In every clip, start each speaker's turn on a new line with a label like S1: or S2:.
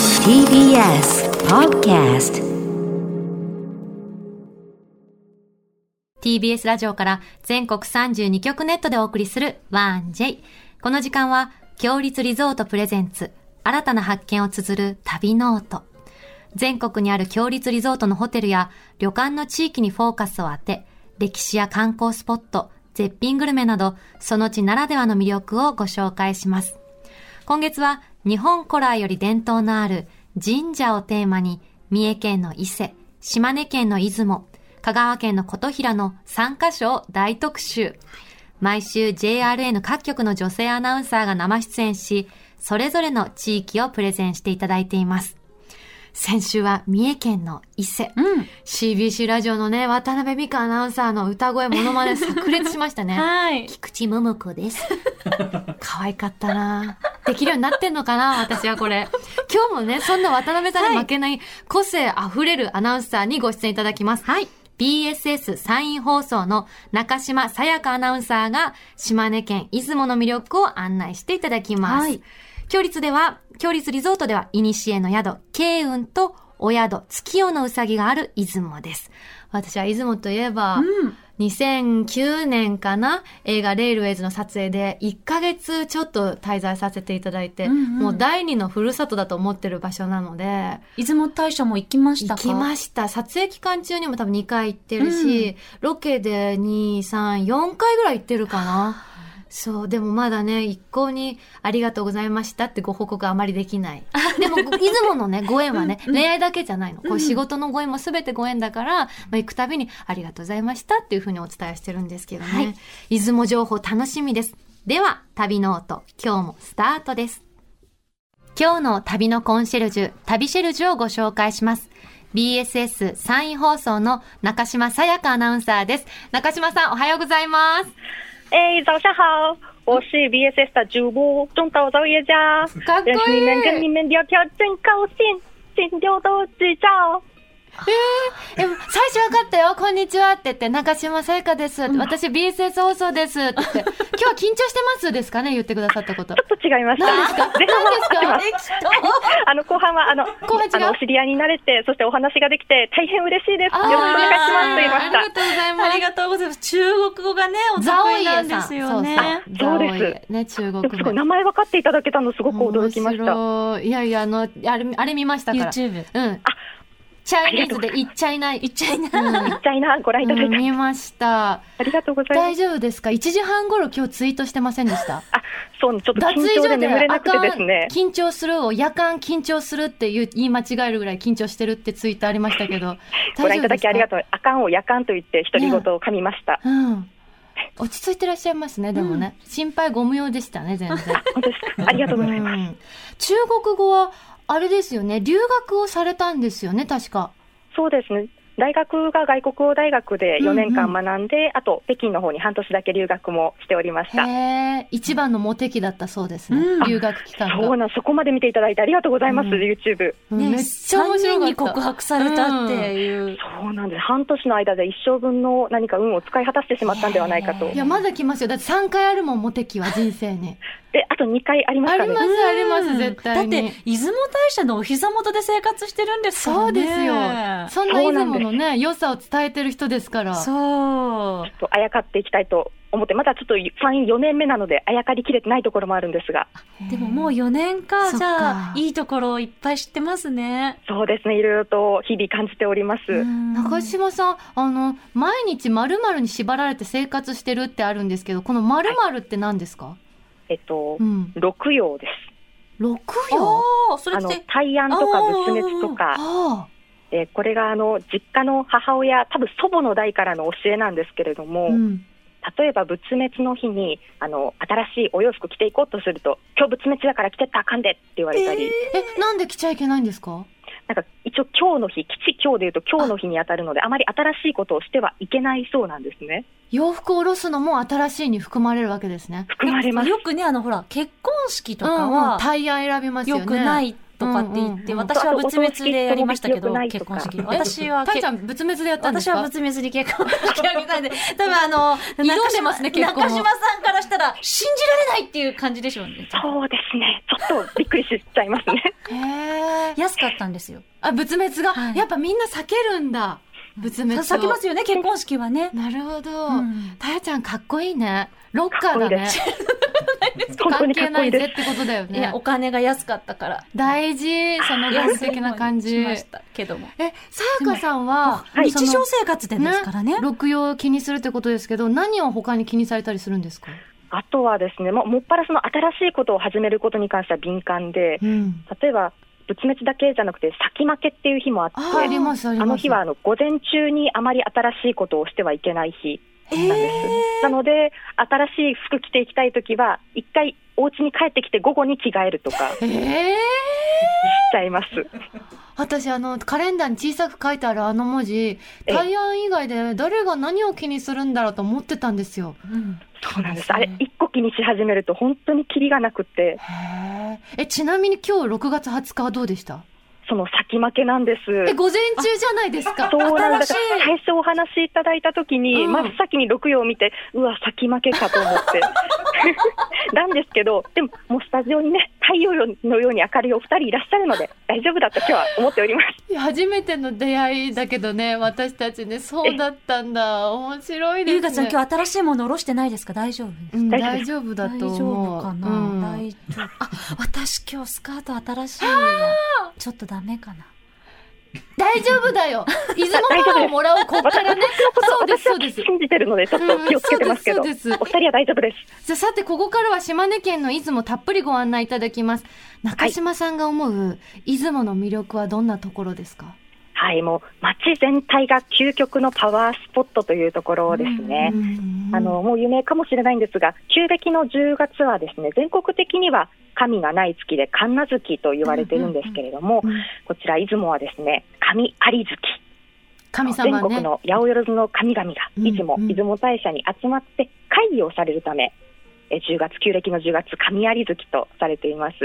S1: TBS Podcast
S2: TBS ラジオから全国32局ネットでお送りする 1J。この時間は、強立リゾートプレゼンツ、新たな発見を綴る旅ノート。全国にある強立リゾートのホテルや旅館の地域にフォーカスを当て、歴史や観光スポット、絶品グルメなど、その地ならではの魅力をご紹介します。今月は日本古来より伝統のある神社をテーマに、三重県の伊勢、島根県の出雲、香川県の琴平の3カ所を大特集。毎週 JRN 各局の女性アナウンサーが生出演し、それぞれの地域をプレゼンしていただいています。先週は三重県の伊勢。
S3: うん。
S2: CBC ラジオのね、渡辺美香アナウンサーの歌声、モノマネ、炸裂しまし たね。
S3: はい。
S2: 菊池桃子です。可愛かったなできるようになってんのかな私はこれ。今日もね、そんな渡辺さんに負けない個性あふれるアナウンサーにご出演いただきます。はい。BSS 山陰放送の中島さやかアナウンサーが島根県出雲の魅力を案内していただきます。
S3: はい
S2: 強立では、強立リゾートでは、古の宿、慶雲とお宿、月夜のうさぎがある出雲です。私は出雲といえば、
S3: うん。
S2: 2009年かな映画「レイルウェイズ」の撮影で1ヶ月ちょっと滞在させていただいて、
S3: うんうん
S2: もう第二のふるさとだと思ってる場所なので
S3: 出雲大社も行きました
S2: 行
S3: か
S2: きました撮影期間中にも多分2回行ってるし、ロケで234回ぐらい行ってるかなそうでもまだね一向に「ありがとうございました」ってご報告あまりできないでも出雲のねご縁はね恋愛だけじゃないのこう仕事のご縁も全てご縁だから、まあ、行くたびに「ありがとうございました」っていうふうにお伝えしてるんですけどね、
S3: はい
S2: 出雲情報楽しみですでは旅ノート今日もスタートです今日の旅のコンシェルジュ、旅シェルジュをご紹介します。BSS 山陰放送の中島さやかアナウンサーです。中島さん、おはようございます。
S4: 哎，早上好，我是 VSS 的主播中岛造业家，
S2: かっこ
S4: 认识
S2: いい。
S4: 你们跟你们聊天真高兴，请多多指教。
S2: え最初分かったよ、こんにちはって言って、中島さやかです。私 BSS 放送ですって言って、今日は緊張してますですかね、言ってくださったこと。
S4: ちょっと違いました。
S2: 何です か
S4: 前半は
S2: 何
S4: 合ってま。
S2: ですすか
S4: あの後半はあの
S2: 後半違う
S4: あのお知り合いになれて、そしてお話ができて大変嬉しいです。よろしくお願いしますと言いまし
S2: あーあ
S4: た
S2: り。がとうございます
S3: あ。りがとうございます。中国語がね、お得
S2: ザオ
S3: 意
S2: イエ
S3: な
S2: さ
S3: ん
S2: ん。
S3: ですよね。
S2: そうそう
S4: そう
S2: ザオイ
S4: で
S2: エね、中国
S4: でもすごい
S2: の
S4: 名前分かっていただけたのすごく驚きました。
S2: 面白いいやいや、あの、あれ、あれ見ましたから。
S3: YouTube。
S2: うん。チャイニーズで行っちゃいない。
S3: 行っちゃいな。
S2: うん
S4: じゃあいなご覧いただ
S2: う
S4: い
S2: ん
S4: て
S2: 見ました。
S4: ありがとうございま
S2: 大
S4: す。
S2: 丈夫ですか ?1 時半頃今日ツイートしてませんでした。
S4: あ、そうちょっと緊
S2: 脱衣所
S4: 張で
S2: で
S4: 眠れな
S2: あ
S4: くて
S2: かん
S4: ですね。
S2: 緊張するを夜間緊張するっていう言い間違えるぐらい緊張してるってツイートありましたけど。
S4: ご覧いただきありが
S2: と
S4: とう。あかんをやかんと言って独り言を噛みました。
S2: う。うん。落ち着いてらっしゃいますね、でもね。心配ご無用でしたね、全然。
S4: 本当ですか。ありがとうございま
S2: う
S4: す。
S2: ん中国語は、あれですよね、留学をされたんですよね、確か。
S4: そうですね。大学が外国語大学で4年
S2: う
S4: 間
S2: ん
S4: 学んで、あと北京の方に半年だけ留学もしておりまし
S2: へ
S4: た。
S2: え、一番のモテ期だったそうですね、
S3: うん
S2: 留学期間
S4: そう
S2: が。
S4: なん、そこまで見ていただいてありがとうございます、
S2: うん
S4: YouTube。
S2: うんめっちゃ面白
S3: 3人
S2: か
S3: に
S2: った。
S3: 告白されたっていう。
S4: そうなんです。半年の間で一生分の何か運を使い果たしてしまったんではないかと。
S2: いや、まだ来ますよ。だって3回あるもん、モテ期は人生に。
S4: で、あと2回あります
S2: あ
S4: か
S2: り
S4: ね
S2: ま。す、あります、絶対
S3: だっ
S2: に。
S3: て、出雲大社のお膝元で生活してるんですからね。
S2: そうですよ。そんな出雲
S4: そ
S2: のね、良さを伝えてる人ですから。
S3: そう。
S4: ちょっとあやかっていきたいと思って、まだちょっと参院4年目なので、あやかりきれてないところもあるんですが、
S3: でももう
S2: へえ
S3: 4年か、
S2: そっか
S3: じゃあ、いいところをいっぱい知ってますね。
S4: そうですね、いろいろと日々感じております。
S2: 中島さん、あの、毎日〇〇に縛られて生活してるってあるんですけど、この〇〇って何ですか、
S4: えっと
S2: う、ん。
S4: 六曜です。
S2: 六
S3: お
S2: よ。
S3: おー、それ
S4: あ
S3: っ
S4: の
S3: て、、
S4: 大安とか仏滅とか、
S2: ああ。
S4: えーこれがあの実家の母親、多分祖母の代からの教えなんですけれども、
S2: うん。
S4: 例えば仏滅の日にあの新しいお洋服着ていこうとすると、今日仏滅だから着てったらあかんでって言われたり、
S2: え、なんで来ちゃいけないんですか
S4: なんか一応、今日の日、吉今日でいうと今日の日に当たるので、あまり新しいことをしてはいけないそうなんですね。
S2: 洋服を下ろすのも新しいに含まれるわけですね。
S4: 含まれます
S3: よくね、あの、ほら、結婚式とか
S2: うんうん
S3: は、
S2: タイヤ選びますよ
S3: よ
S2: ね。
S3: くないってとかって言って、
S2: うんうんうん
S3: 私は仏滅でやりましたけ
S4: あと
S3: ど
S4: お葬、式
S3: 結
S4: とか
S3: 婚式。
S4: え
S3: 私は
S2: タ
S3: 結
S2: イちゃん、仏滅でやったんです
S3: 私
S2: か
S3: は仏滅に結婚式あげたんで、多分あ の、
S2: 移動してますね
S3: 中島
S2: 結婚を
S3: 中島さんからしたら、信じられないっていう感じでしょうね。
S4: そうですね。ちょっとびっくりしちゃいますね。
S2: へー
S3: 安かったんですよ。
S2: あ、仏滅が、
S3: はい
S2: やっぱみんな避けるんだ。仏滅を。
S3: 避けますよね、結婚式はね。
S2: なるほど。
S3: うん
S2: タヤちゃんかっこいいね。ロッカーだ
S4: か
S2: ね
S4: っ。本当
S2: 関
S4: にか
S2: 係
S4: っこ
S2: ない
S4: い
S2: い
S4: い
S2: ぜ
S4: で
S2: ってことだよ
S3: いや、
S2: ね
S3: お。金が安かったから。
S2: 大事、その原始的な感じ。
S3: しまし
S2: え、
S3: たけども。
S2: さやかさんは、
S4: はい
S2: その
S3: 日常生活でですからね。
S2: 録用を気にするってことですけど、何を他に気にされたりするんですか
S4: す。あとはですね、もうもっぱらその新しいことを始めることに関しては敏感で、
S2: うん。
S4: 例えば、仏滅だけじゃなくて、先負けっていう日もあって、
S2: あ、あります、あります。
S4: あの日はあの午前中にあまり新しいことをしてはいけない日
S3: え
S4: なんです。なので、新しい服着ていきたいときは、一回お家に帰ってきて午後に着替えるとかし
S2: ええ
S4: ちゃ います。
S2: 私あのカレンダーに小さく書いてあるあの文字
S4: え
S2: 大安以外で誰が何を気にするんだろうと思ってたんですよ
S4: そうなんです。あれ、一個気にし始めると本当にキリがなくて、
S2: へえちなみに今日6月20日はどうでした
S4: その先負けなんです。
S2: え午前中じゃないですか
S4: そうなん
S2: 新
S4: だ。
S2: しい
S4: 最初お話しいただいたときに、
S2: うん
S4: 真っ先に6曜を見て、うわ、先負けかと思 って。なんですけど、でも、もうスタジオにね、太陽のように明るいお二人いらっしゃるので、大丈夫だと今日は思っております。
S2: いや初めての出会いだけどね私たちねそうだったんだ面白いですね
S3: ゆうかちゃん、今日新しいもの下ろしてないですか大丈夫です
S2: うん
S4: 大丈夫
S2: 大丈夫
S4: で
S2: だと
S3: 大丈
S2: 思
S3: 夫
S2: う
S3: かな、
S2: うん
S3: 大丈夫。あ、私今日スカート新しいわちょっとダメかな。
S2: 大丈夫だよ出雲パワーをもらおうこ っからねそうです
S4: 私
S2: そ
S4: は
S2: うです
S4: 信じてるので、ちょっと気をつけてますけど、
S2: うんそうですそうです
S4: お二人は大丈夫です。
S2: じゃあさてここからは島根県の出雲たっぷりご案内いただきます中島さんが思う出雲の魅力はどんなところですか、
S4: はい、もう街全体が究極のパワースポットというところですね。
S2: うん
S4: あの、もう有名かもしれないんですが、旧暦の10月はですね、全国的には神がない月で神無月と言われてるんですけれども、
S2: うん
S4: こちら出雲はですね、神有月。
S2: 神
S4: 全
S2: 様
S4: 国
S2: ね
S4: の八百万の神々が
S2: うん
S4: いつも
S2: うん
S4: 出雲大社に集まって会議をされるため、え10月、旧暦の10月、神有月とされています。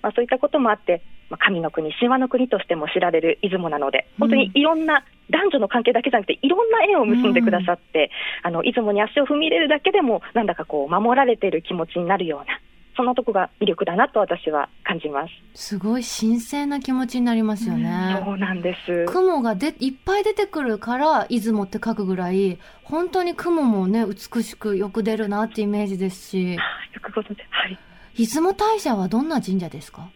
S4: まあ、そういったこともあって、まあ、神の国、神話の国としても知られる出雲なので、本当にいろんな、男女の関係だけじゃなくて、いろんな縁を結んでくださって、あの出雲に足を踏み入れるだけでも、なんだかこう、守られている気持ちになるような、そんなとこが魅力だなと私は感じます。
S2: すごい神聖な気持ちになりますよね、
S4: そうなんです。
S2: 雲がでいっぱい出てくるから出雲って書くぐらい本当に雲もね美しくよく出るなってイメージですし
S4: よくご存知はい
S2: 出雲大社はどんな神社ですか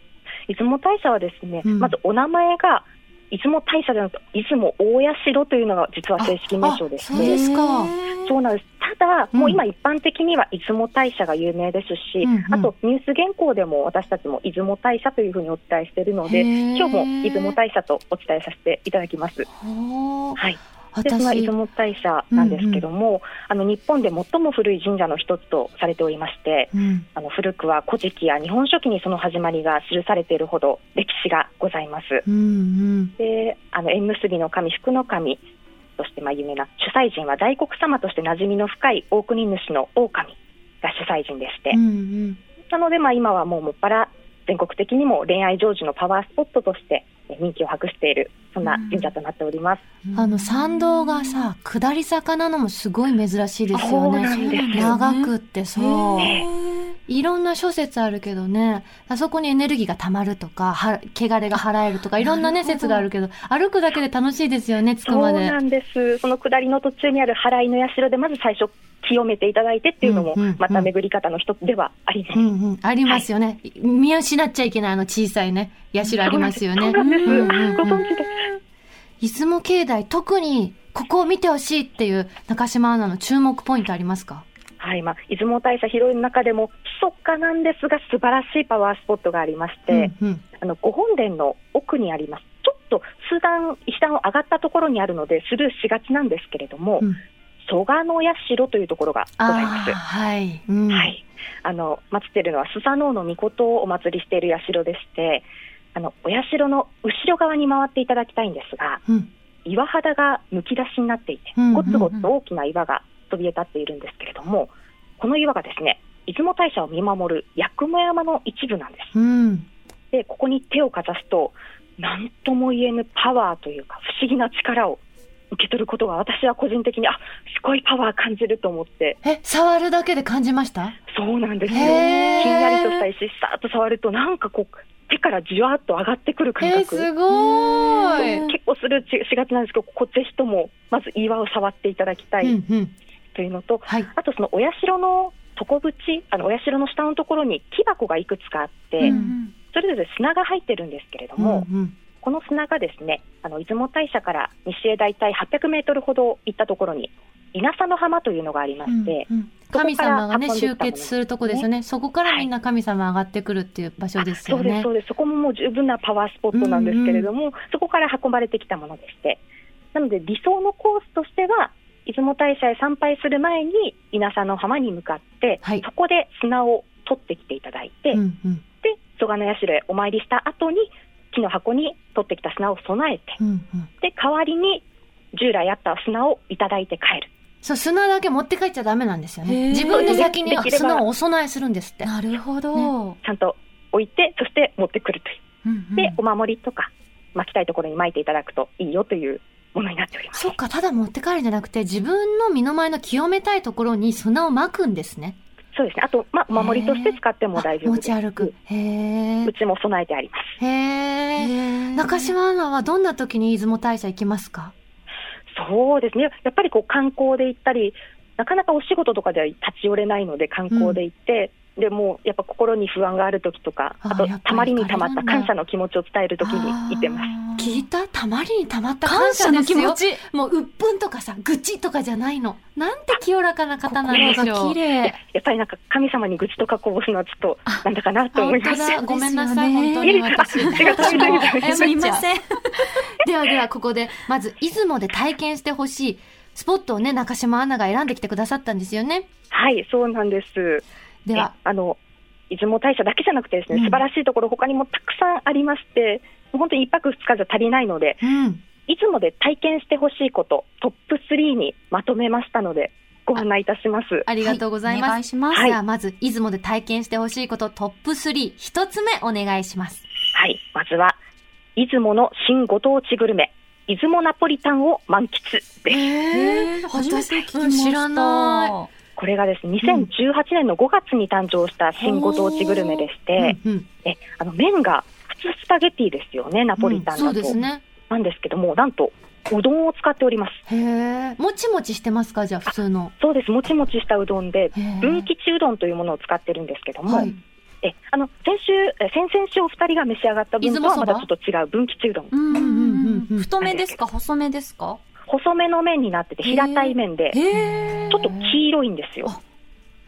S4: 出雲大社はですね、
S2: うん
S4: まずお名前が出雲大社じゃなくて出雲大社というのが実は正式名称です
S2: ああそうで
S4: ね。
S2: すか
S4: そうなんですただ、
S2: うん
S4: もう今一般的には出雲大社が有名ですし、
S2: うんうん
S4: あとニュース原稿でも私たちも出雲大社というふうにお伝えしているので、
S2: へー
S4: 今日も出雲大社とお伝えさせていただきます。
S2: ほー
S4: はい、でその出
S2: 私
S4: 雲大社なんですけども、あの日本で最も古い神社の一つとされておりまして、
S2: うん
S4: あの古くは古事記や日本書紀にその始まりが記されているほど歴史がございます。
S2: うんうん
S4: で、あの縁結びの神、福の神としてまあ有名な主催人は大黒様として馴染みの深い大国主の狼が主催人でして、
S2: うんうん
S4: なのでまあ今はもうもっぱら全国的にも恋愛成就のパワースポットとしてえ人気を博しているそんな神社となっております。
S2: あの参道がさ下り坂なのもすごい珍しいですよ
S4: そうな
S2: ね
S4: んですよ
S2: 長くってそう
S4: ね
S2: いろんな諸説あるけどねあそこにエネルギーが溜まるとかは汚れが払えるとかいろんなね
S3: なるほど
S2: 説があるけど歩くだけで楽しいですよね着く
S4: そう
S2: まで
S4: なんです。その下りの途中にある払いの社でまず最初清めていただいてっていうのも
S2: うんうんうん
S4: また巡り方の一つではあります
S2: う。んうんありますよね、見失っちゃいけないあの小さいね社ありますよね
S4: そうなんです。
S2: うんうんうん
S4: ご存知で。
S2: 出雲境内特にここを見てほしいっていう中島アナの注目ポイントありますか
S4: はい、まあ、出雲大社広い中でも、密かなんですが、素晴らしいパワースポットがありまして、
S2: うんうん
S4: あの、ご本殿の奥にあります。ちょっと数段、一段を上がったところにあるので、スルーしがちなんですけれども、
S2: うん
S4: 蘇我の社というところがございま
S2: あ
S4: す
S2: ー。はい、うん
S4: はい。あの、祀っているのは、スサノオの御事をお祀りしている社でして、あの、お社の後ろ側に回っていただきたいんですが、
S2: うん
S4: 岩肌がむき出しになっていて
S2: うんうん、
S4: ごつごつ大きな岩がそびえ立っているんですけれども、この岩がですね、出雲大社を見守る八雲山の一部なんです。
S2: うん
S4: でここに手をかざすと何とも言えぬパワーというか不思議な力を受け取ることが私は個人的にあすごいパワー感じると思って
S3: え、触るだけで感じました
S4: そうなんですよひん
S3: へー
S4: やりとした石さーっと触るとなんかこう手からじわっと上がってくる感
S3: えー、
S4: 覚、
S3: すごーい。
S4: 結構するししがちなんですけどここぜひともまず岩を触っていただきた
S2: う
S4: い
S2: んうん。
S4: というのと、
S3: はい。
S4: あとそのお社の底縁あのお社の下のところに木箱がいくつかあって、
S3: うん
S4: それぞれ砂が入ってるんですけれども、
S2: うん
S4: この砂がですねあの出雲大社から西へ大体800メートルほど行ったところに稲佐の浜というのがありま
S3: う
S4: し
S3: ん
S4: て、
S3: うん
S2: 神様がね、
S4: そこから
S2: 集結するとこですよね。そこからみんな神様上がってくるっていう場所ですよ
S4: そうです
S2: ね
S4: そ。うですそこももう十分なパワースポットなんですけれども、そこから運ばれてきたものでしてなので理想のコースとしては出雲大社へ参拝する前に稲佐の浜に向かって、
S2: はい
S4: そこで砂を取ってきていただいて、
S2: うんうん
S4: で蘇我の社へお参りした後に木の箱に取ってきた砂を備えて
S2: うんうん。
S4: で代わりに従来あった砂をいただいて帰る
S2: そう、砂だけ持って帰っちゃダメなんですよ
S3: へー
S2: ね。自分で先に
S4: できれば
S2: 砂をお供えするんですって。
S3: なるほど。
S4: ちゃんと置いてそして持ってくるとい
S3: う
S4: う
S3: んうん
S4: で、お守りとか巻きたいところに巻いていただくといいよというものになっております。
S2: そっか、ただ持って帰るんじゃなくて、自分の身の前の清めたいところに砂をまくんですね。
S4: そうですね。あと、まあ、お守りとして使っても大丈夫
S2: あ持
S4: です。
S2: ち歩く。へえ
S4: う。ちも備えてあります。
S2: へえ。
S3: へー
S2: 中島アナはどんな時に出雲大社行きますか
S4: そうですね。やっぱりこう観光で行ったり、なかなかお仕事とかでは立ち寄れないので観光で行って、でもうやっぱ心に不安がある時とか、
S2: あ
S4: あと
S2: やっぱり
S4: たまりにたまった
S2: あれなんだ
S4: 感謝の気持ちを伝える時に行ってます。
S2: す。聞いたたまりにたまった
S3: 感
S2: 感
S3: 謝
S2: 謝
S3: の
S2: です
S3: 気
S2: よ。
S3: 持 ち。
S2: もう、鬱憤とかさ、愚痴とかじゃないの。なんて清らかな方なんで
S3: 心
S2: し
S3: が
S2: ょ
S3: 綺
S2: う。
S3: 麗。
S4: やっぱりなんか神様に愚痴とかこぼすのはちょっとなんだかなと思い
S2: 本
S4: ま
S2: 当
S4: す。
S2: だ。ごめんなさい、
S3: です
S2: 本
S3: よ
S2: 当
S3: ね
S2: に私。私も謝っちゃう
S3: すいません。
S2: ではでは、ここで、まず、出雲で体験してほしい、スポットをね、中島アナが選んできてくださったんですよね。
S4: はい、そうなんです。
S2: では、
S4: えあの出雲大社だけじゃなくてですね、
S2: うん
S4: 素晴らしいところ他にもたくさんありまして、もう本当に一泊二日じゃ足りないので、
S2: うん。
S4: いつもで体験してほしいこと、トップ3にまとめましたので、ご案内いたします。
S2: ありがとうござい
S3: はお
S2: ま
S3: 願い
S2: す。
S3: します。
S4: はい
S2: じゃあ、まず、出雲で体験してほしいこと、トップ3、一つ目お願いします。
S4: はい、まずは、出雲の新ご当地グルメ、出雲ナポリタンを満喫です。
S3: へー初めて聞きました。
S2: 知らな
S4: これがですね、2018年の5月に誕生した新ご当地グルメでして、
S2: うんうん
S4: えあの麺が普通スパゲティですよね、ナポリタンだと。
S2: そうですね。
S4: なんですけども、なんと、うどんを使っております。
S2: へえ。もちもちしてますかじゃあ、普通の。
S4: そうです、もちもちしたうどんで、
S2: へー
S4: 分吉うどんというものを使ってるんですけども、
S2: はい。
S4: えあの先週、え先々週お二人が召し上がった分と
S2: 出
S4: は
S2: 雲そ
S4: ま
S2: ば
S4: たちょっと違う分吉うどん、
S3: うんうんうん
S2: う
S3: うんん。太めですか細めですか
S4: 細めの麺になってて、
S3: へー
S4: 平たい麺で、ち
S3: へー
S4: ょっと黄色いんですよ
S3: あ。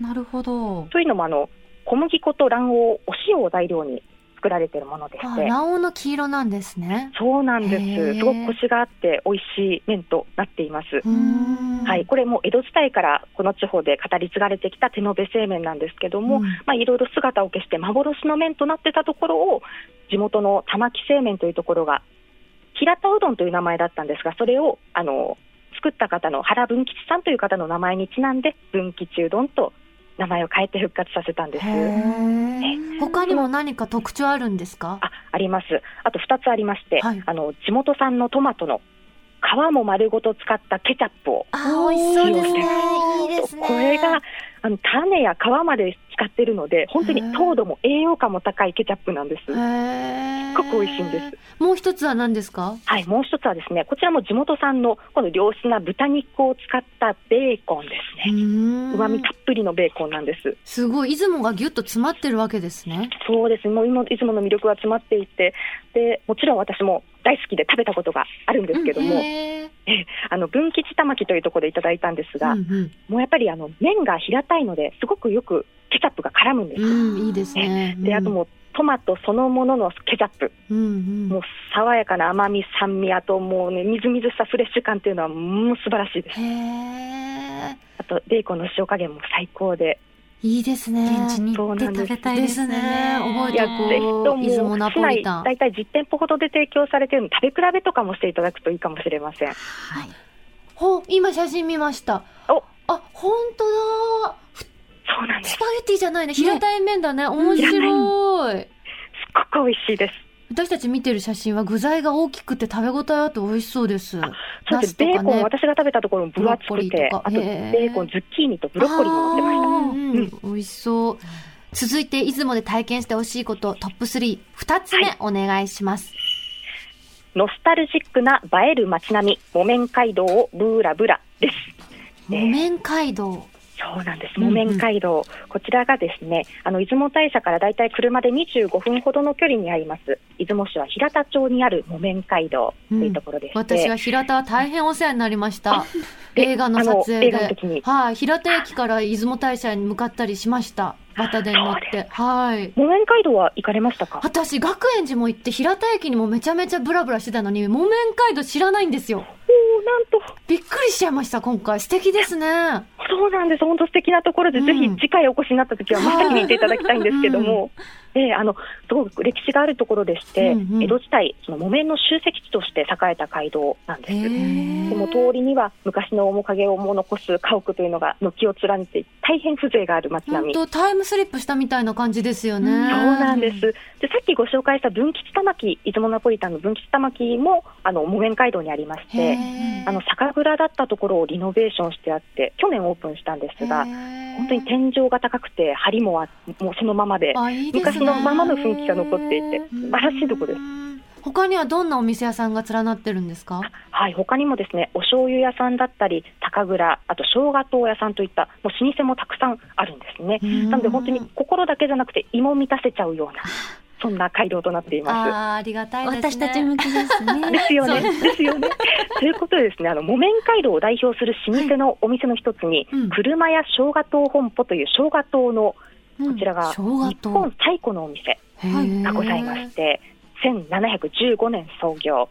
S3: なるほど。
S4: というのもあの、小麦粉と卵黄、お塩を材料に作られているものでし
S2: あ、
S4: て、
S2: 卵黄の黄色なんですね。
S4: そうなんで
S2: へー
S4: す、すごくコシがあって、美味しい麺となっています。
S2: うん
S4: はい、。これも江戸時代からこの地方で語り継がれてきた手延べ製麺なんですけども、
S2: うん
S4: まあ、いろいろ姿を消して幻の麺となってたところを地元の玉木製麺というところが平田うどんという名前だったんですがそれをあの作った方の原文吉さんという方の名前にちなんで文吉うどんと名前を変えて復活させたんです。
S2: へー他にも何か特徴あるんですか
S4: あありますあと2つありまして、
S2: はい
S4: あの地元産のトマトの皮も丸ごと使ったケチャップを
S2: あ美味しそうですね。いいですね。
S4: これがあの種や皮まで使ってるので本当に糖度も栄養価も高いケチャップなんです。
S2: へー、。
S4: ごく美味しいんです
S2: もう一つは何ですか
S4: はい、もう一つはですね、こちらも地元産のこの良質な豚肉を使ったベーコンですね。
S2: う
S4: うまみたっぷりのベーコンなんです。
S2: すごい、出雲がギュッと詰まってるわけですね。
S4: そうですね、もう今いつもの魅力が詰まっていて、で、もちろん私も大好きで食べたことがあるんですけども、
S2: へー
S4: あの分吉玉木というところでいただいたんですが、
S2: うん
S4: もうやっぱりあの麺が平たいので、すごくよくケチャップが絡むんです。
S2: うん、うん、いいですね。
S4: で、あともうトマトそのもののケチャップ、
S2: うん、うん、う
S4: も
S2: ん。
S4: う爽やかな甘み、酸味、あともうね、みずみずしさ、フレッシュ感っていうのは、もう素晴らしいです。
S2: へー
S4: あとベーコンの塩加減も最高で、
S2: いいですね。
S3: 現地に行って
S4: そうなんです
S3: 食べたいです
S2: です
S3: ね
S2: ね。覚え
S4: いや
S2: て
S4: ぜ
S2: おこう
S4: ひと
S2: 出雲
S4: も
S2: ナ
S4: 市
S2: ポリ
S4: 内
S2: タン
S4: 大体10店舗ほどで提供されているので食べ比べとかもしていただくといいかもしれません。
S3: はい。
S2: ほ、今写真見ました。
S4: お
S2: あ、本当だ。
S4: そうなんで
S2: ス
S4: す。
S2: パゲティじゃないね。平たい麺だね。面白い。
S4: すごく美味しいです。
S3: 私たち見てる写真は具材が大きくて食べ応えあって美味しそうです。
S4: そうですベ
S3: ナスとか
S4: ーコン、
S3: ね
S4: 私が食べたところも分厚
S3: ブロッコリ
S4: く
S3: ー
S4: て、
S3: とか
S4: あと
S3: へー
S4: ベーコン、ズッキーニとブロッコリーも乗ってました。
S3: うんうん、美味しそう。
S2: 続いて、出雲で体験してほしいこと、トップ3、二つ目お願いします。
S4: ノスタルジックな映える街並み、木綿街道をブーラブラです。
S2: 木綿街道。
S4: そうなんです。
S3: うんう
S4: 木
S3: ん
S4: 綿街道、こちらがですね、あの出雲大社からだいたい車で25分ほどの距離にあります。出雲市は平田町にある木綿街道というところでして、
S2: 私は平田は大変お世話になりました。
S4: で
S2: 映画の撮
S4: あ
S2: 影
S4: 映画の
S2: で。
S4: 時に
S2: はい、平田駅から出雲大社に向かったりしました。バタで乗っ
S4: そう
S2: て。はい。
S4: 木綿街道は行かれましたか？
S2: 私、学園寺も行って、平田駅にもめちゃめちゃブラブラしてたのに、木綿街道知らないんですよ。
S4: おお、なんと
S2: びっくりしちゃいました、今回。素敵ですね。
S4: そうなんです。本当素敵なところで、
S2: うん
S4: ぜひ次回お越しになった時は真っ先に行っていただきたいんですけども、で、あのすごく歴史があるところでして、
S2: うんうん
S4: 江戸時代その木綿の集積地として栄えた街道なんです。
S2: へ
S4: でも通りには昔の面影をも残す家屋というのが軒を連ねて大変風情がある街並
S2: 本
S4: み。そう
S2: 当タイムスリップしたみたいな感じですよね。
S3: うんそう
S4: なんです。で、さっきご紹介した文吉玉木、出雲ナポリタンの文吉玉木も、あの、木綿街道にありまし
S2: へ
S4: て、
S2: ー
S4: あの、酒蔵だったところをリノベーションしてあって、去年オープンしたんですが、本
S2: 本
S4: 当に天井が高くて、梁もあもうそのままで、
S2: あいいですね
S4: 昔のままの雰囲気が残っていて、素晴らしいとこです。
S2: うん他にはどんなお店屋さんが連なってるんですか
S4: はい、他にもですね、お醤油屋さんだったり、酒蔵、あと生姜糖屋さんといった、もう老舗もたくさんあるんですね。な
S2: な
S4: ので本当に心だけじゃなくて胃も満たせちゃうような、そんな街道となってい
S2: あ
S4: ます。
S2: あありがたいですね
S3: 私たち向きです
S4: で
S3: ね。
S4: すよね。ですよね。ということでですね、あの、木綿街道を代表する老舗のお店の一つに、
S2: うん
S4: 車屋生姜糖本舗という生姜糖の、
S3: うん
S4: こちらが
S2: 生姜
S4: 日
S2: と
S4: 本最古のお店
S2: へ
S4: が
S2: ー
S4: ございまして、1715年創業。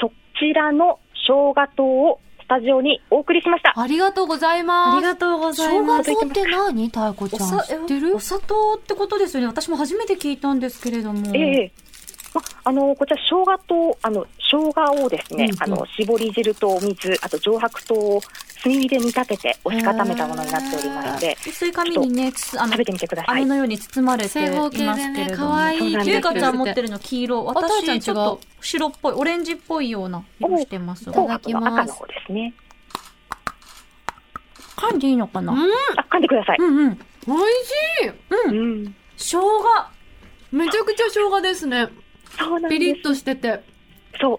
S4: そちらの生姜糖をスタジオにお送りしました。
S2: ありがとうございま
S3: あ
S2: す
S3: りがとうございます。
S2: 生姜って何太鼓ちゃん知ってる
S3: お砂糖ってことですよね。私も初めて聞いたんですけれども。
S4: ええまあのこちら生姜とあの生姜をですね、
S3: うんうん
S4: あの絞り汁とお水あと上白糖を炭火で煮立てて押し固めたものになっておりますので
S3: 薄い紙にね、つあの
S4: 食べてみてくださ
S3: 飴
S4: い。
S3: のように包まれて
S2: 正
S3: い
S2: 方
S3: ます
S2: 形で
S3: け
S2: ね
S3: れども。
S2: 可愛い
S4: そうなんです
S3: ゆうかちゃん持って
S2: る
S3: るの黄色。
S2: あ父ちゃ
S3: 私
S2: ん違う
S3: ちょっと白っぽい、オレンジっぽいような色してます。
S4: 紅
S2: お
S4: 白の赤の方ですね。
S3: 噛んでいいのかな
S2: うん
S4: あ噛んでください。
S3: うんうん。
S2: 美味しい
S4: うん、
S3: 生姜。
S2: めちゃくちゃ生姜ですね
S4: そうなん
S2: ピリ
S4: で
S2: ッとしてて
S4: す。そう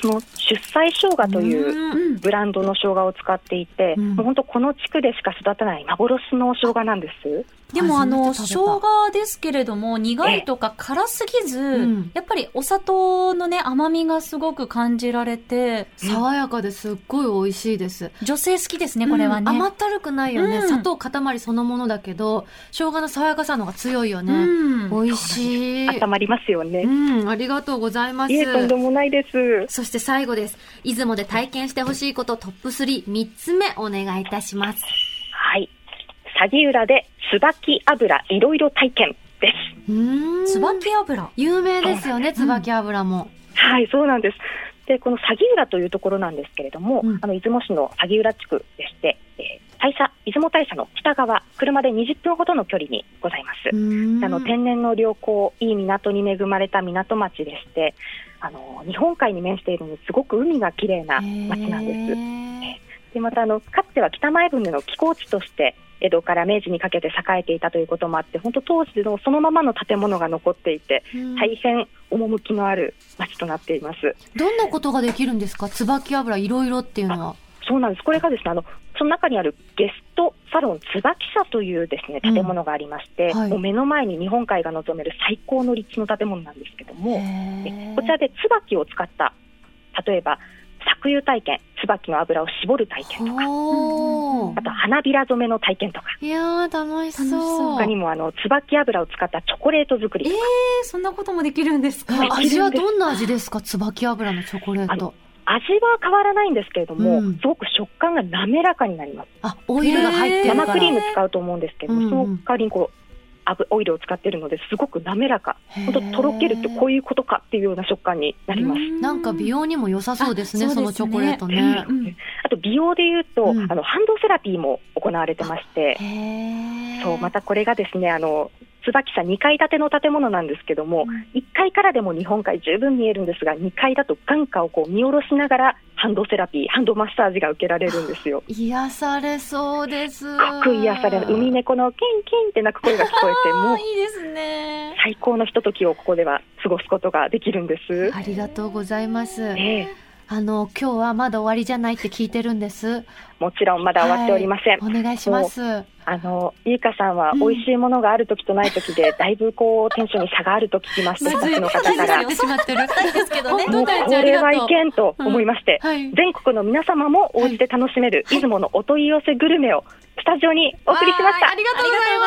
S4: その出産生姜という
S2: うん
S3: うん。
S4: ブランドの生姜を使っていて、
S2: うん
S4: もう本当この地区でしか育たない幻の生姜なんです。
S3: でもあの、生
S2: 初めて食べた
S3: 姜ですけれども、苦いとか辛すぎず、
S2: ん
S3: やっぱりお砂糖のね、甘みがすごく感じられて、
S2: 爽やかですっごい美味しいです
S3: 女性好きですね、これは
S2: うん
S3: ね。
S2: 甘ったるくないよね、
S3: うん
S2: 砂糖塊そのものだけど生姜の爽やかさの方が強いよ
S3: う
S2: ね、
S3: ん。
S2: 美味しい
S4: 温まりますよね。
S2: うんありがとうございます
S4: いえとんでもないです。
S2: そして最後です出雲で体験してほしいことトップ33つ目お願いいたします
S4: はい。鷺浦で椿油いろいろ体験です。
S2: うーん
S3: 椿油。
S2: 有名ですよね
S3: そうなんだ
S2: 椿油も、
S4: はい、そうなんです。で、この鷺浦というところなんですけれども、
S2: うん
S4: あの出雲市の鷺浦地区でして、えー大社出雲大社の北側、車で20分ほどの距離にございます。
S2: うーん
S4: あの天然の良好、いい港に恵まれた港町でして、あの日本海に面しているのにすごく海が綺麗な町なん
S2: へ
S4: です。
S2: ー
S4: で、またあのかつては北前船の寄港地として。江戸から明治にかけて栄えていたということもあって、本当当時のそのままの建物が残っていて、
S2: うん
S4: 大変趣のある町となっています。
S2: どんなことができるんですか椿油いろいろっていうのは
S4: そうなんです。これがですね、あの、その中にあるゲストサロン椿社というですね、
S2: うん
S4: 建物がありまして、
S2: はい
S4: もう目の前に日本海が望める最高の立地の建物なんですけど
S2: へ
S4: も、
S2: ー
S4: こちらで椿を使った、例えば、搾油体験、椿の油を絞る体験とか、
S2: おー
S4: あと花びら染めの体験とか、
S2: いやー楽しそう
S3: 楽しそう
S4: 他にもあの、椿油を使ったチョコレート作りとか、
S3: えそんなこともできるんですか
S4: はい
S2: 味はどんな味ですか椿油のチョコレート
S4: 味は変わらないんですけれども、
S2: うん
S4: すごく食感が滑らかになります。
S2: あオイルが入ってるから
S4: 生クリーム使うと思うんですけど、
S2: うんうん
S4: その代わりにこう、油オイルを使ってるのですごく滑らか本当とろけるってこう
S2: い
S4: いうことかっていうような食感になります。
S2: なんか美容にも良さそうですね
S3: あ
S2: そ
S3: そう
S2: の
S3: ですね
S2: チョコレートね
S3: う。ん
S4: あと美容でいうと、
S2: うん
S4: あのハンドセラピーも行われてまして、
S2: へー
S4: そうまたこれがですねあの椿社2階建ての建物なんですけども、1階からでも日本海十分見えるんですが2階だと眼下をこう見下ろしながらハンドセラピーハンドマッサージが受けられるんですよ。
S3: 癒されそうです。す
S4: すごく癒される海猫のキンキンって鳴く声が聞こえてもう
S3: いいですね。
S4: 最高のひとときをここでは過ごすことができるんです。
S3: ありがとうございます。
S4: ええ
S3: あの今日はまだ終わりじゃないって聞いてるんです。
S4: もちろんまだ終わっておりません。
S3: お願いします。
S4: あの、ゆうかさんは美味しいものがある時とない時 で、だいぶこう、テンションに差があると聞きまして、スタッフの方
S2: 気
S4: か
S2: づ
S4: ら
S2: い。てしまってる。
S3: ですけ
S2: どね
S4: もうこ
S2: 大ちゃんあり
S4: れ
S2: がとう
S4: はいけんと思いまして、
S3: はい。
S4: 全国の皆様もお家で楽しめる、出雲のお問い寄せグルメをスタジオにお送りしま
S2: わ
S4: し
S2: ーあ
S4: た。
S2: りがとうござい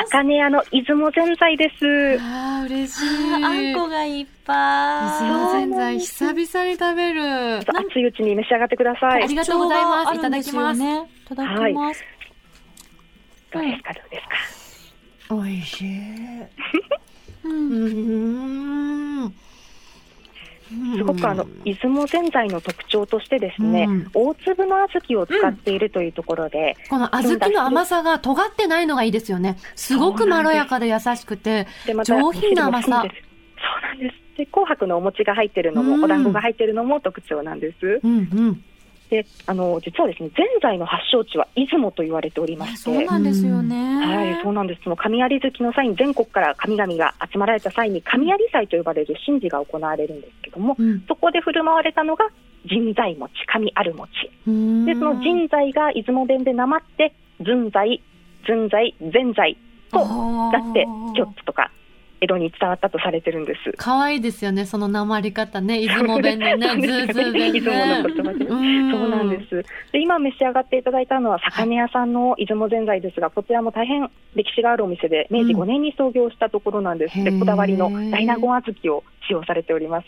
S2: ます。
S4: 高根屋の出雲ぜんざいです。
S3: ああ嬉しい。
S2: あんこがいっぱい。
S3: 水ぜんざい久々に食べる。
S4: 熱いうちに召し上がってくださ
S2: あ
S4: い。
S2: り
S4: ど
S2: がとうございます
S3: 特徴があるんですよね。いただきます。
S4: うですか、どうですか。
S3: 美味しい。
S2: うん
S3: うん。
S4: すごくあの出雲ぜんざいの特徴としてですね、
S3: うん
S4: 大粒の小豆を使っているというところで、
S3: この小豆の甘さが尖ってないのがいいですよね。すごくまろやかで優しくて。
S4: でまた
S3: 上品な甘さ
S4: お汁も含んでるそうなんです。で紅白のお餅が入ってるのも、
S3: うん
S4: お団子が入ってるのも特徴なんです。
S3: うんうん。
S4: で、あの実はですね、ぜんざいの発祥地は出雲と言われておりまして。
S3: そうなんですよね。
S4: はい、そうなんです。その神有月の際に全国から神々が集まられた際に神有祭と呼ばれる神事が行われるんですけども、
S3: うん。
S4: そこで振る舞われたのが神在餅、神ある餅。
S3: で
S4: で、その神在が出雲弁でなまって、ずんざい、ずんざい、ぜんざいとだって、キョッツとか江戸に伝わったとされてるんです。
S3: 可愛いですよね、そのなまり方ね、出雲弁でね、
S4: そう
S3: ズ
S4: ですよ
S3: ー
S4: ね
S3: ズー弁
S4: 出
S3: で
S4: 雲の
S3: ね。
S4: 言葉で。
S3: ん
S4: そうなんで。す。で、今召し上がっていただいたのは、魚屋さんの出雲ぜんざいですが、こちらも大変歴史があるお店で、明治
S3: うん
S4: 5年に創業したところなんです。
S3: へ
S4: で、
S3: ー
S4: こだわりの大納言小豆を使用されております。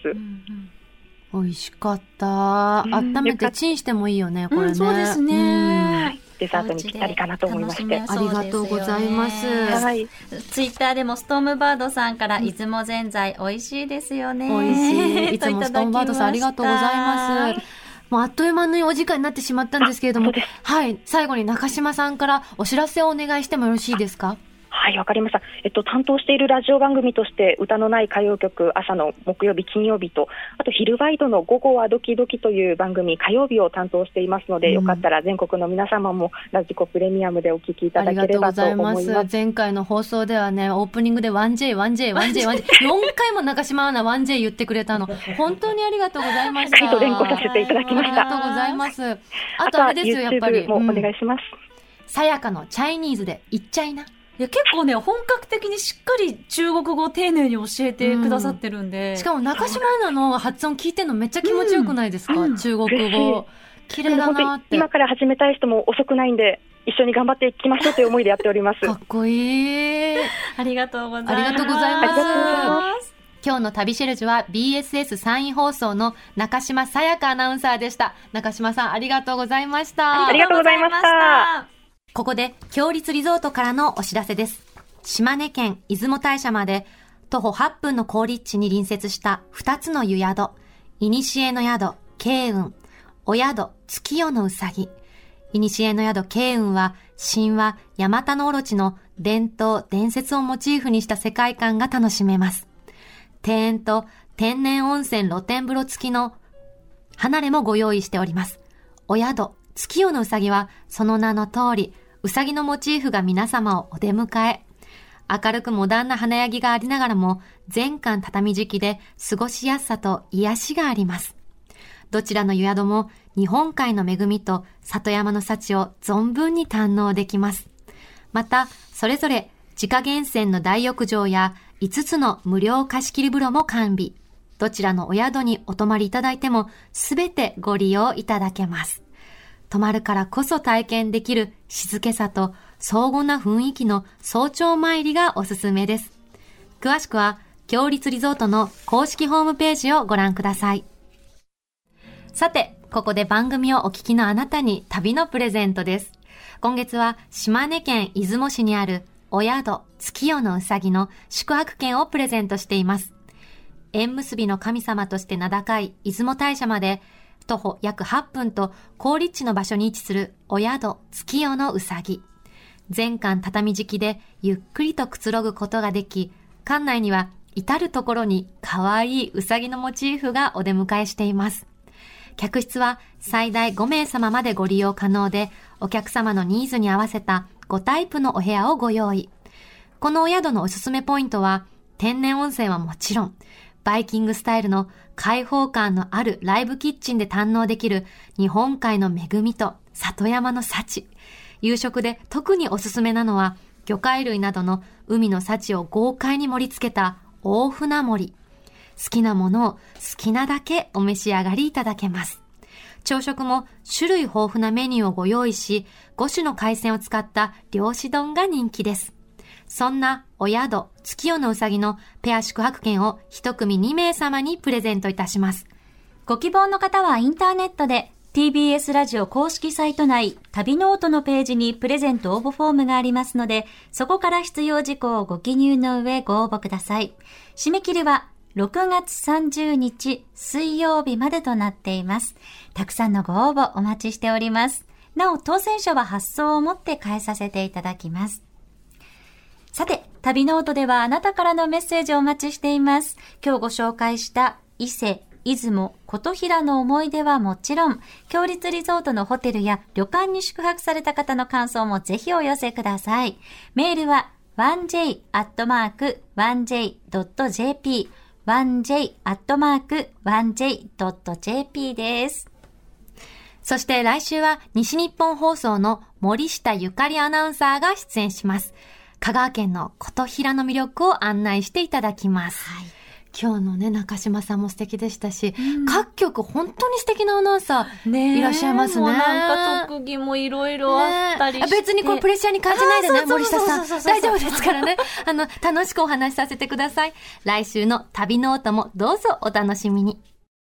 S3: 美味しかった。
S4: うん
S3: 温めてチンしてもいいよね、これね。
S5: そうですね。
S4: デザートにぴったりかなと思いまし
S5: お家
S4: て
S5: で。楽
S3: あ
S5: しめ
S3: りがとうございます
S5: そうですよね
S4: はい。
S5: ツイッターでもストームバードさんから、出雲ぜんざい美味しいですよね。。
S3: 美味しい。いつもストーンバードさんありがとうございますす。もうあっという間にお時間になってしまったんですけれど
S4: そ
S3: も
S4: う、です
S3: はい、最後に中島さんからお知らせをお願いしてもよろしいですか
S4: はい、わかりました。えっと、担当しているラジオ番組として、歌のない歌謡曲、朝の木曜日、金曜日と、あと、昼ワイドの午後はドキドキという番組、火曜日を担当していますので、
S3: うん
S4: よかったら全国の皆様も、ラジコプレミアムでお聞きいた
S3: あ
S4: だ
S3: り
S4: け
S3: がと
S4: れ
S3: うご
S4: ばと
S3: ざいま
S4: 思い
S3: す
S4: ます。。
S3: 前回の放送ではね、オープニングで 1J、1J、1J、1J、4回 も中島アナ 1J 言ってくれたの。本当にありがとうございました。
S4: しっかりと連呼させていただきました
S3: ありがとうございます。あ
S4: あ
S3: と
S4: と
S3: あ
S4: は
S3: れですよ、やっぱり。
S4: YouTube もお
S3: うん
S4: 願いします。
S3: さやかのチャイニーズで言っちゃいな。
S5: いや、結構ね、本格的にしっかり中国語を丁寧に教えてくださってるんで。
S3: しかも中島アナの発音聞いてんのめっちゃ気持ちよくないですか、
S5: うん
S3: 中国語。綺麗だ
S4: 本
S3: な
S4: 当
S3: っ
S4: に
S3: て。
S4: 今から始めたい人も遅くないんで、一緒に頑張っていきましょうという思いでやっております。
S3: かっこいい。
S5: ありがとうございます。
S3: ありがとうございます
S4: ありがとうござい
S5: す。
S2: 今日の旅しるじは BSS 山陰放送の中島さやかアナウンサーでした。中島さんありがとうございました。
S4: ありがとうございました
S2: ここで、強立リゾートからのお知らせです。島根県出雲大社まで、徒歩8分の高立地に隣接した2つの湯宿、いにしえの宿、慶雲、お宿、月夜のうさぎ。いにしえの宿、慶雲は、神話、ヤマタノオロチの伝統、伝説をモチーフにした世界観が楽しめます。庭園と天然温泉露天風呂付きの離れもご用意しております。お宿、月夜のうさぎは、その名の通り、うさぎのモチーフが皆様をお出迎え。明るくモダンな華やぎがありながらも、全館畳敷きで過ごしやすさと癒しがあります。どちらの湯宿も日本海の恵みと里山の幸を存分に堪能できます。また、それぞれ自家源泉の大浴場や5つの無料貸し切り風呂も完備。どちらのお宿にお泊まりいただいても、すべてご利用いただけます。泊まるからこそ体験できる静けさと荘厳な雰囲気の早朝参りがおすすめです。詳しくは、強立リゾートの公式ホームページをご覧ください。さて、ここで番組をお聞きのあなたに旅のプレゼントです。今月は島根県出雲市にあるお宿月夜のうさぎの宿泊券をプレゼントしています。縁結びの神様として名高い出雲大社まで徒歩約8分と高立地の場所に位置するお宿月夜のうさぎ。全館畳敷きでゆっくりとくつろぐことができ、館内には至るところに可愛いうさぎのモチーフがお出迎えしています。客室は最大5名様までご利用可能で、お客様のニーズに合わせた5タイプのお部屋をご用意。このお宿のおすすめポイントは、天然温泉はもちろん、バイキングスタイルの開放感のあるライブキッチンで堪能できる日本海の恵みと里山の幸。夕食で特におすすめなのは、魚介類などの海の幸を豪快に盛り付けた大船盛り。好きなものを好きなだけお召し上がりいただけます。朝食も種類豊富なメニューをご用意し、5種の海鮮を使った漁師丼が人気です。そんなお宿、月夜のうさぎのペア宿泊券を一組2名様にプレゼントいたします。
S6: ご希望の方はインターネットで TBS ラジオ公式サイト内旅ノートのページにプレゼント応募フォームがありますのでそこから必要事項をご記入の上ご応募ください締め切りは6月30日水曜日までとなっていますたくさんのご応募お待ちしておりますなお当選者は発送をもって返させていただきますさて、旅ノートではあなたからのメッセージをお待ちしています。今日ご紹介した伊勢、出雲、琴平の思い出はもちろん、強立リゾートのホテルや旅館に宿泊された方の感想もぜひお寄せください。メールは 1j.1j.jp 1j.1j.jp です。
S2: そして来週は西日本放送の森下ゆかりアナウンサーが出演します。香川県の琴平の魅力を案内していただきます。今日のね、中島さんも素敵でしたし、各局本当に素敵なアナウンサーいらっしゃいますね。
S5: もうなんか特技もいろいろあったりして、
S2: ね別にこれプレッシャーに感じないで
S5: あ
S2: ね、
S5: ーそう
S2: 森
S5: そ
S2: 下
S5: うそうそうそう
S2: さん。
S5: そう
S2: 大丈夫ですからね。あの、楽しくお話しさせてください。来週の旅ノートもどうぞお楽しみに。